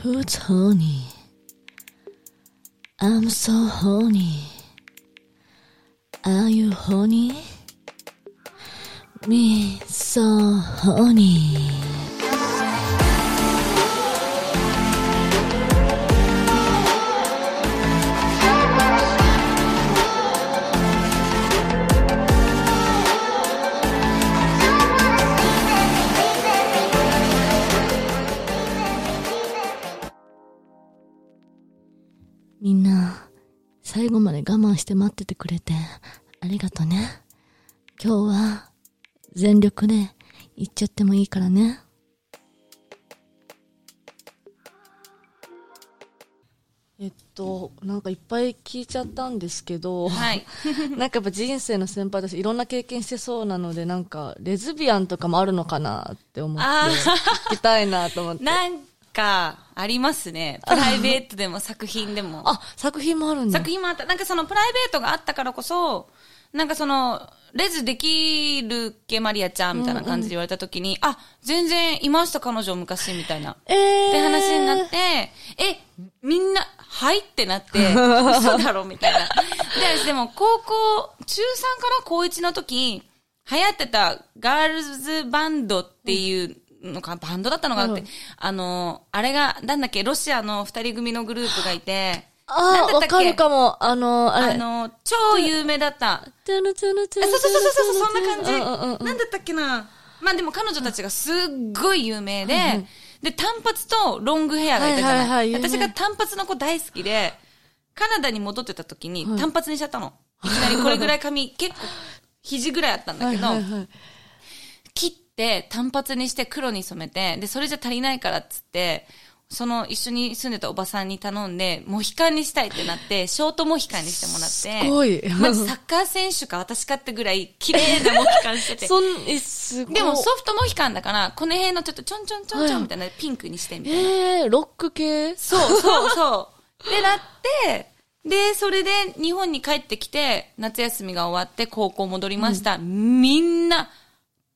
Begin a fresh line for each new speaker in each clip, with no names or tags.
Who's horny? I'm so horny. Are you horny? Me so horny. みんな、最後まで我慢して待っててくれて、ありがとね。今日は、全力で、行っちゃってもいいからね。えっと、なんかいっぱい聞いちゃったんですけど、
はい。
なんかやっぱ人生の先輩だし、いろんな経験してそうなので、なんか、レズビアンとかもあるのかなって思って、
あ
聞きたいなと思って。
なんか、ありますね。プライベートでも作品でも。
あ、作品もあるんだ。
作品もあった。なんかそのプライベートがあったからこそ、なんかその、レズできるっけマリアちゃんみたいな感じで言われた時に、あ、全然いました彼女昔みたいな。っ
えー、
て話になって、え、みんな、はいって なって、嘘だろみたいな。で、でも高校、中3から高1の時、流行ってたガールズバンドっていうのか、バンドだったのかなって、
うん
あの、あれが、なんだっけ、ロシアの二人組のグループがいて、
あ
なん
あ、
だっ
わ
たっけ
かるかも。あの、あれ。
あの、超有名だった。あ
トゥルトゥルトゥ
そう
ル
そうそうそうそう、そんな
うんうん
感
う
じ。
ん
なんだったっけな。まあでも彼女たちがすっごい有名で、で、短髪とロングヘアがいたじゃな,、
はいいはいはい有名
私が短髪の子大好きで、カナダに戻ってた時に
はい
短髪にしちゃったの。いきなりこれぐら い髪結構肘ぐらいあったんだけど、
はいはいはい
切って短髪にして黒に染めて、で、それじゃ足りないからっつって、その一緒に住んでたおばさんに頼んで、モヒカンにしたいってなって、ショートモヒカンにしてもらって。
すごい
まずサッカー選手か私かってぐらい綺麗なモヒカンしてて。
そん、え、すごい。
でもソフトモヒカンだから、この辺のちょっとちょんちょんちょんちょんみたいなピンクにしてみたいな。
えー、ロック系
そう そうそう。で、なって、で、それで日本に帰ってきて、夏休みが終わって高校戻りました。みんな、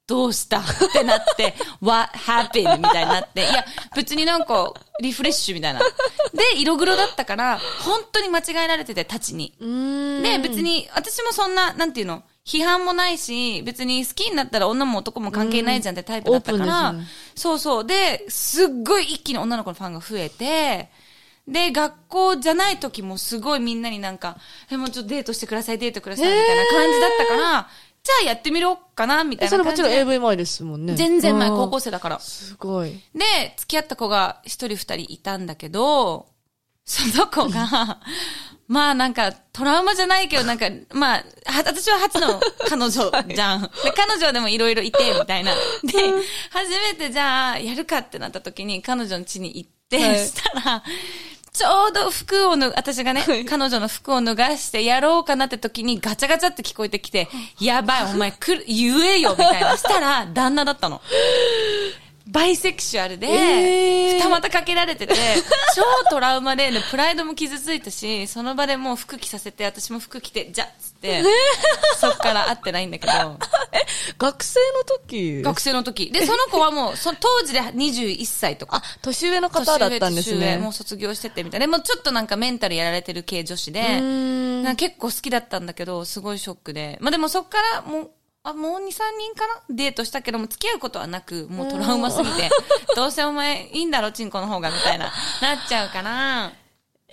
どうしたってなって、what happened? みたいになって、いや、別になんか、リフレッシュみたいな。で、色黒だったから、本当に間違えられてて、たちに。
うーん。
で、別に、私もそんな、なんていうの、批判もないし、別に好きになったら女も男も関係ないじゃんってタイプだったか
オー
ら、
プンです
そうそう。で、すっごい一気に女の子のファンが増えて、で、学校じゃない時もすごいみんなになんか、え、もうちょっとデートしてください、デートください、みたいな感じだったから、じゃあやってみろっかな、みた
え、
い
それ
な感
もち
じ
ろん
で。
AV 前ですもんね。
全然前、
うん
高校生だから。
すごい。
で、付き合った子が一人二人いたんだけど、その子が、まあなんかトラウマじゃないけどなんか、まあ、は私は初の彼 女じゃん。で彼女でもいろいろいて、みたいな。で、初めてじゃあやるかってなった時に彼女の家に行って、
はい
したら、ちょうど服を脱ぐ、私がね、彼女の服を脱がしてやろうかなって時にガチャガチャって聞こえてきて、やばい、お前来る、言えよ、みたいな。したら、旦那だったの。バイセクシュアルで、
えー
二股かけられ てて、超トラウマで、でプライドも傷ついたし、その場でもう服着させて、私も服着て、じゃっつって、そっから会ってないんだけ ど、
学生の時
学生の時。で、その子はもう、そ当時で21歳とか。
あ、年上の方だったんです
年上年上
ね
もう。卒業しててみたいな。でもうちょっとなんかメンタルやられてる系女子で、
ん
なんか結構好きだったんだけど、すごいショックで。まあでもそっからもう、あ、もう2、3人かなデートしたけども、付き合うことはなく、もうトラウマすぎて、どうせお前いいんだろ、チンコの方が、みたいな、なっちゃうから、っ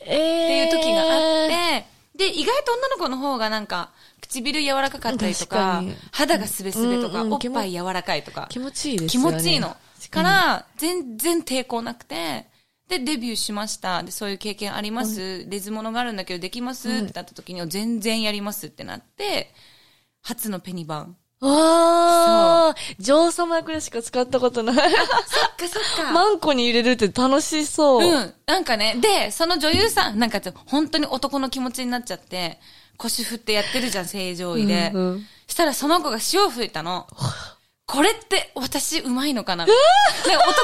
え
て
ー
いう時があって、で、意外と女の子の方がなんか、唇柔らかかったりとか
確かに、
肌がすべすべとか、
うんうん
おっぱい柔らかいとか、
気持ちいいです
気
よね。
持ちいいの。から、全然抵抗なくて、で、デビューしました。で、そういう経験あります。レズものがあるんだけど、できます、ってなった時に、全然やりますってなって、初のペニバン。
ああ、女王様役でしか使ったことない。
そっかそっか
マンコに入れるって楽しそう。
うん。なんかね、で、その女優さん、なんかちょっと本当に男の気持ちになっちゃって、腰振ってやってるじゃん、正常位で。
うんうん
したらその子が潮吹い たの。これって私うまいのかな、で男の感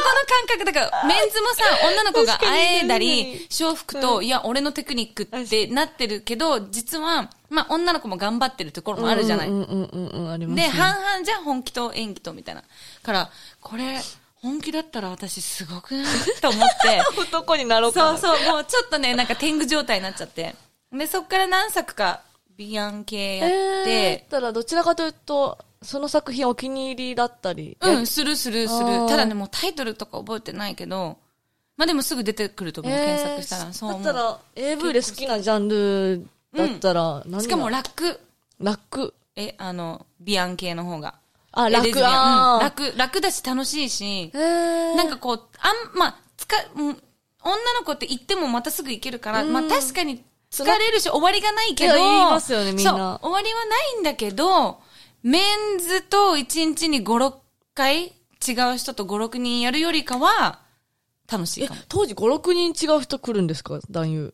覚だ から、メンズもさ、女の子が会えた
確かに
り、潮吹くと、いや、俺のテクニックってなってるけど、実は、まあ女の子も頑張ってるところもあるじゃない。
うんうんうんうん、あります
で、
ね。
半々じゃん本気と演技とみたいな。から、これ、本気だったら私すごくないと思って、
男になろうか
そ
な
うそう、もうちょっとね、なんか天狗状態になっちゃって。で、そっから何作か、ビアン系やっ
えー、だ
て
っ、たらどちらかというと、その作品お気に入りだったり。
うん、するするす
あー
る。ただね、もうタイトルとか覚えてないけど、まあでもすぐ出てくると思う、検索したら。そう
だ
思
った
う。
ら、AV で好きなジャンルだったら、何
しかも
楽。
楽。
楽。
え、あの、ビアン系の方が。
あ、
レズ
楽、
ビアン
あ
うん
ー。
楽、楽だし楽しいし、
えー、
なんかこう、あん、まあ、つか、うん女の子って行ってもまたすぐ行けるから、まあ確かに疲れるし終わりがないけど、
いや言いますよねみんな
そう、終わりはないんだけど、メンズと1日に5、6回違う人と5、6人やるよりかは、楽しい
え
かも。、
当時5、6人違う人来るんですか男優。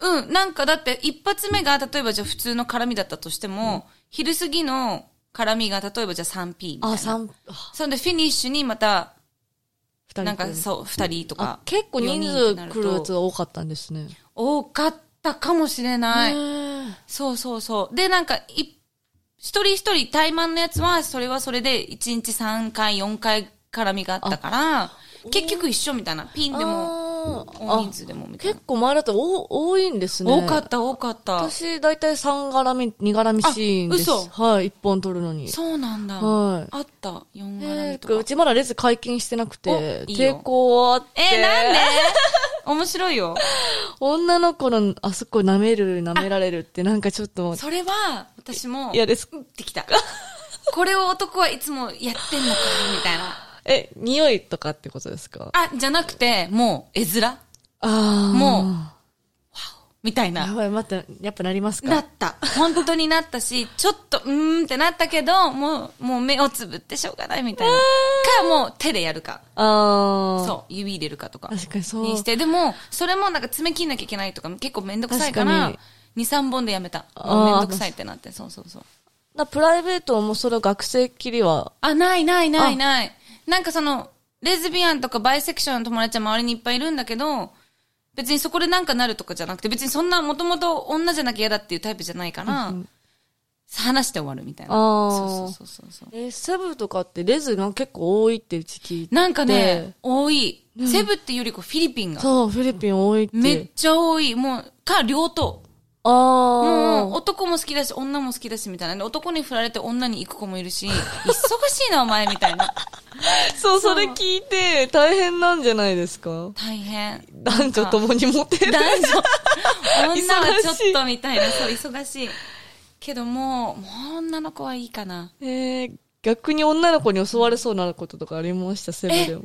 うん、なんかだって一発目が、例えばじゃあ普通の絡みだったとしても、昼過ぎの絡みが、例えばじゃあ 3P み
あ、
たいな。
三あ
そんでフィニッシュにまた、
二人
なん
来
か
る
そう、二人とか
あ。結構人
四
数
人ってなる
来
と
るやつが多かったんですね。
多かったかもしれない。
い。
そうそうそう。で、なんか、い、一人一人、対マンのやつは、それはそれで、1日3回、4回絡みがあったから、結局一緒みたいな。ピンでも、
あー
大人数でもみ
あ
たいな
結。構前だと多多いんですね。
多かった、多かった。
私、だいたい3絡み、2絡みシーンです。
あ嘘
はい、1本撮るのに。
そうなんだ。
はい
あった、4絡
え
み
ーう
とか。
ちまだレズ解禁してなくて、
おいいよ
抵抗はあって。
えー、なんで面白 いよ。
女の子のあそこ舐める、舐められるってなんかちょっと
それは、私も、
嫌です。
てきた。これを男はいつもやってんのか、みたいな。
え、匂いとかってことですか
あ、じゃなくて、もう、絵面
あー
もうみたいな
や。ばい、待って、やっぱなりますか
なった。本当になったし、ちょっと、うーんってなったけど、もう、もう目をつぶってしょうがないみたいな。か、もう手でやるか。
ああ。
そう。指入れるかとか。
確かにそう。
にして。でも、それもなんか爪切んなきゃいけないとか結構めんどくさいか
確
ら、
かに
2、3本でやめた。
あー
もうめんどくさいってなって、そうそうそう。
なプライベートもそれ学生きりは、
あ、ないないないない。なんかその、レズビアンとかバイセクションの友達は周りにいっぱいいるんだけど、別にそこでなんかなるとかじゃなくて、別にそんなもともと女じゃなきゃ嫌だっていうタイプじゃないから、話して終わるみたいな。
あー
そうそうそうそう。
えーセブとかってレズが結構多いってうち聞いて。
なんかね、多い。セブっていうよりこうフィリピンが。
そう、フィリピン多いって。
めっちゃ多い。もう、か、両党。
あ
もう、
あ。
男も好きだし、女も好きだし、みたいな。で男に振られて女に行く子もいるし、忙しいな、お前、みたいな。
そう、それ聞いて大変なんじゃないですか
大変。
男女ともにモテる。
男女。女はちょ
忙しい
っとみたいな、そう、忙しい。けども、もう女の子はいいかな。
えー、逆に女の子に襲われそうなこととかありました、セブでも。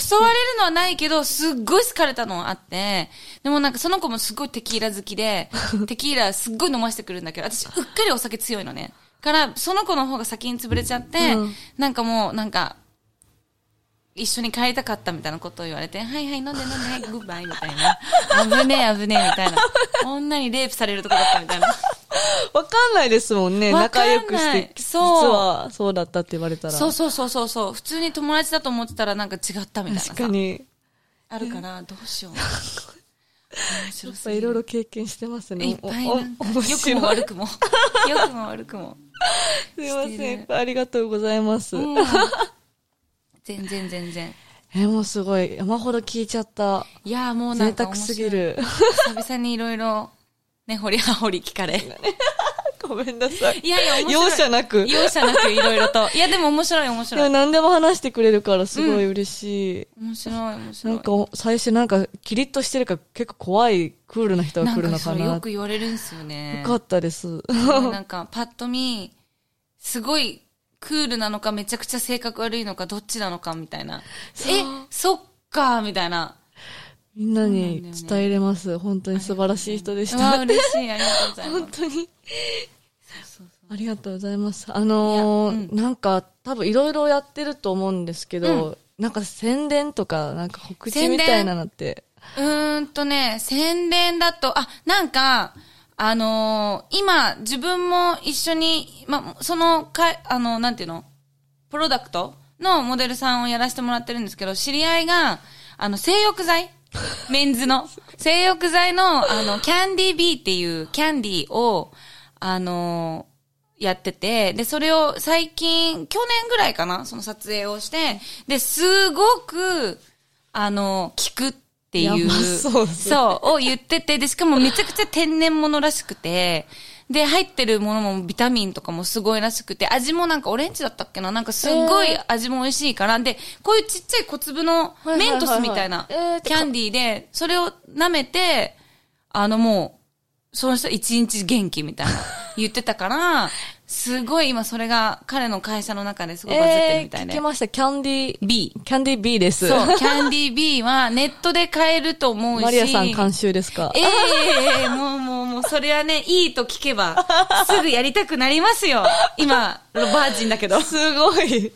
襲われるのはないけど、すっごい好かれたのはあって、でもなんかその子もすごいテキーラ好 きで、テキーラすっごい飲ませてくるんだけど、私うっかりお酒強いのね。から、その子の方が先に潰れちゃって、
うん
なんかもう、なんか、一緒に帰りたかったみたいなことを言われて、はいはい、飲んで飲んで、グッバイみたい な。危ねえ、危ねえ、みたいな。女にレイプされるとこだったみたいな。
わかんないですもんね。
わか
仲
んな
良
い
くして、実
そう
はそうだったって言われたら。
そうそうそうそうそう。普通に友達だと思ってたらなんか違ったみたいなさ。
確かに。
あるから、どうしよう。
や
面白
っ
す
ぱ
ぎ
いろい
る。
ろ経験してますね。
いっぱい
おお
なんか、
面
良
白
く
い
も悪くも。良くも悪くも。
すいませ
してる
ん。いっぱいありがとうございます。
うん全然全然。
え、もうすごい。山ほど聞いちゃった。
いやーもうな
贅
んか
沢
面
す
白
ぎ
い。
る。
久々にいろいろ、ね、掘りは掘り聞かれ。
ごめんなさ い。
いやいや、面白 い。
容赦なく。
容赦なくいろいろ と。いや、でも面白い面
で
白
も
い。
何でも話してくれるからすごい嬉しい。
面白い面白い。
なんか、最初なんか、キリッとしてるから結構怖い、クールな人が
な
来
ん
るの
か
か
それ
な。
よ
よ
く言われるんですよね。
かったです。
なんか、パッと見、すごいクールなのか、めちゃくちゃ性格悪いのか、どっちなのか、みたいな。え、そっか、みたいな。
みんなに伝えれます。本当に素晴らしい人でし
うわ
た。
嬉しい。ありがとうござい
本
ま
当に。
す。そうそう
ありがとうございます。あのー
いやう
なんか多分いろいろやってると思うんですけど、なんか宣伝とか、なんか告知みたいなのって。
そううーんとね、宣伝だと、あ、なんか、あのー今、自分も一緒に、ま、その、かい、あの、なんていうのプロダクトのモデルさんをやらせてもらってるんですけど、知り合いが、あの、性 欲剤メンズの。性欲剤の、あの、キャンディービーっていうキャンディーを、あの、やってて、で、それを最近、去年ぐらいかな、その撮影をして、で、すごく、あの、聞くってい
や
う、
ばそうですね
そう、を言ってて、で、しかもめちゃくちゃ天然物らしくて、で、入ってるものもビタミンとかもすごいらしくて、味もなんかオレンジだったっけななんかすっごい味も美味しいから、で、こういうちっちゃい小粒の
いはいはいはい
メントスみたいな
えー
キャンディーで、それを舐めて、あのもう、その人一日元気 みたいな言ってたから、すごい今それが彼の会社の中ですごいバズってるみたい
えー、聞
で。
きました。キャンディー、
B。
キャンディー B です。
そう、キャンディー B はネットで買えると思う し。
マリアさん監修ですか
ええええもうもうもう、それはね、いいと聞け ば、すぐやりたくなりますよ。今、バージンだけど。
すごい。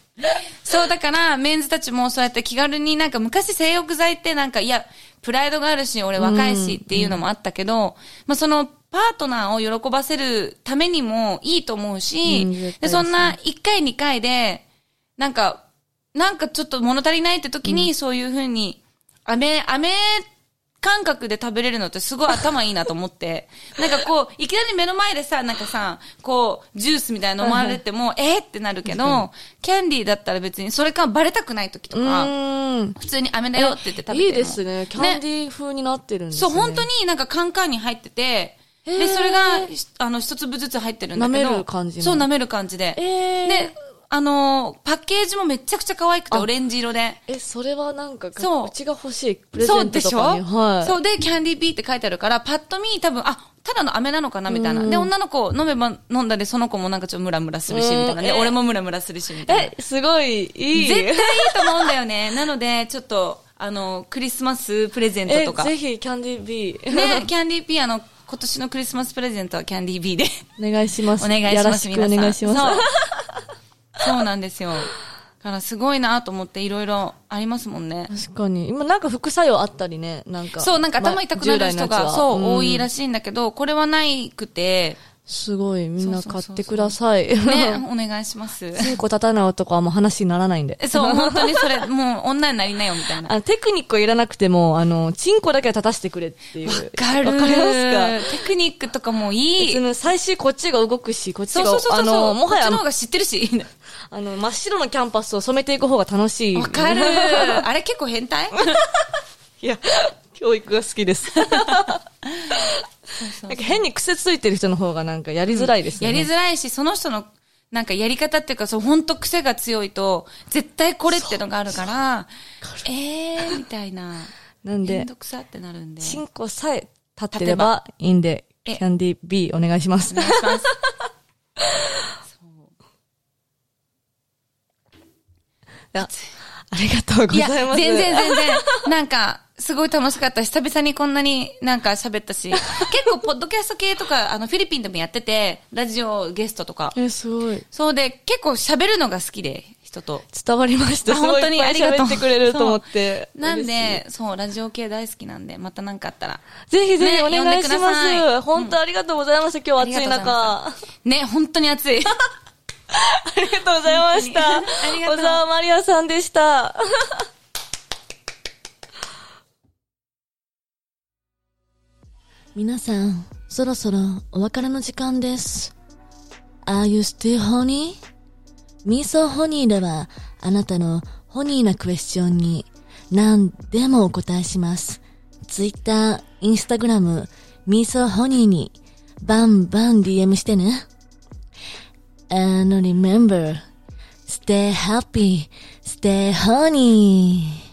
そう、だから、メンズたちもそうやって気軽になんか昔性欲剤ってなんか、いや、プライドがあるし、俺若いしっていうのもあったけど、まあその、パートナーを喜ばせるためにもいいと思うし、
うん絶対
で、そんな1回2回で、なんか、なんかちょっと物足りないって時に、そういうふうに、飴、飴感覚で食べれるのってすごい頭いいなと 思って。なんかこう、いきなり目の前でさ、なんかさ、こう、ジュースみたいなの飲まれても、えーってなるけど、キャンディーだったら別に、それかバレたくない時と
う
か、
ーん。
普通に飴だよって言って食べても
いいですね。キャンディー風になってるんです、
そ
ね
う、本当になんかカンカンに入ってて、
へ
で、
ー
それが、ひあの、一粒ずつ入ってるんだけど。
舐める感じの
そう、舐める感じで。
えー
で、あのーパッケージもめちゃくちゃ可愛くて、
あ
オレンジ色で。
え、それはなんか、
そう
うちが欲しい。プレゼントとかに。
そうでしょ、
はい。
そうで、キャンディーピーって書いてあるから、パッと見、多分、あ、ただの飴なのかなみたいな。
うん
で、女の子飲めば飲んだで、その子もなんかちょっとムラムラするし、みたいな。で、
うんえ
俺もムラムラするし、みたいな。
え、すごい、いい。
絶対いいと思うんだよね。なので、ちょっと、あの、クリスマスプレゼント
え
とか。
ぜ
ね、
ひ、キャンディー B。
キャンディーピー、あの、今年のクリスマスプレゼントはキャンディービーで
お願いしま
お
す。
願いし
よろ
ます、
し
皆
く
さ
お
ん。
願いします。
そう。そうな んですよ。だからすごいなと思っていろいろありますもんね。
確かに。今なんか副作用あったりね、なんか。
そう、なんか頭痛くなる人が、そう、多いら
い。
しいんだけど、これはない くて、
すごい、みんな
そうそ
買
う
っ
そうそ
て
う
ください。
ね、お願いします。
チンコ立たない男はもう話にならないんで。
そう、本当にそれ、もう女になりなよ、みたい な。
あの、テクニックはいらなくても、あの、チンコだけは立たせてくれっていう。わ
わ
わ
か
か
り
り
ま
ますか
すかテクニックとかもい
別
い。
に最終こっちが動くし、こっち
そう
が、
そうそうそう。
あの、もは
こっ
や
ちの、方が知って るし。
あの、真っ白のキャンパスを染めていく方が楽しい。。
わかる あれ結構変態
いや、教育が好きです。なんか変に癖ついてる人の方がなんかやりづらいですよ
や
ね。
りづらいし、その人の、なんかやり方っていうか、そう、ほんと癖が強いと、絶対これってのがあるから、えー、みたいな。
なん
めん
で
ど、くさってなるん で。
チンコさえ立ってればいいんで、キ
え
ャンディー B お願いします
お。願いします。
あありがとうご
いや、
ざい
全
ます。
然 全然。なんか、すごい楽しかった。久々にこんなになんか喋ったし。結構、ポッドキャスト系とか、あの、フィリピンでもやってて、ラジオゲストとか。
え、すごい。
そうで、結構喋るのが好きで、人と。
伝わりました。
あ
すごい
本当に
いっぱい
ありがと
喋
う
ってくれると思って。
なん
嬉し
で、そう、ラジオ系大好きなんで、またなんかあったら。
い、ぜひぜひ
ね
お願いし
呼んでくだ
ま
さい
す。本当ありがとうございました。今
あ
日
り
暑
が
い
と
う
ござい
中。あ
ますね、本当に暑い。
りがとうございまし た
本当にありが。とう
小沢まりやさんでした。
皆さん、そろそろお別れの時間です。Are you still honey?Me so honey では、あなたのホニーなクエスチョンに何でもお答えします。Twitter、Instagram、Me so honey にバンバン DM してね。And remember, stay happy, stay honey.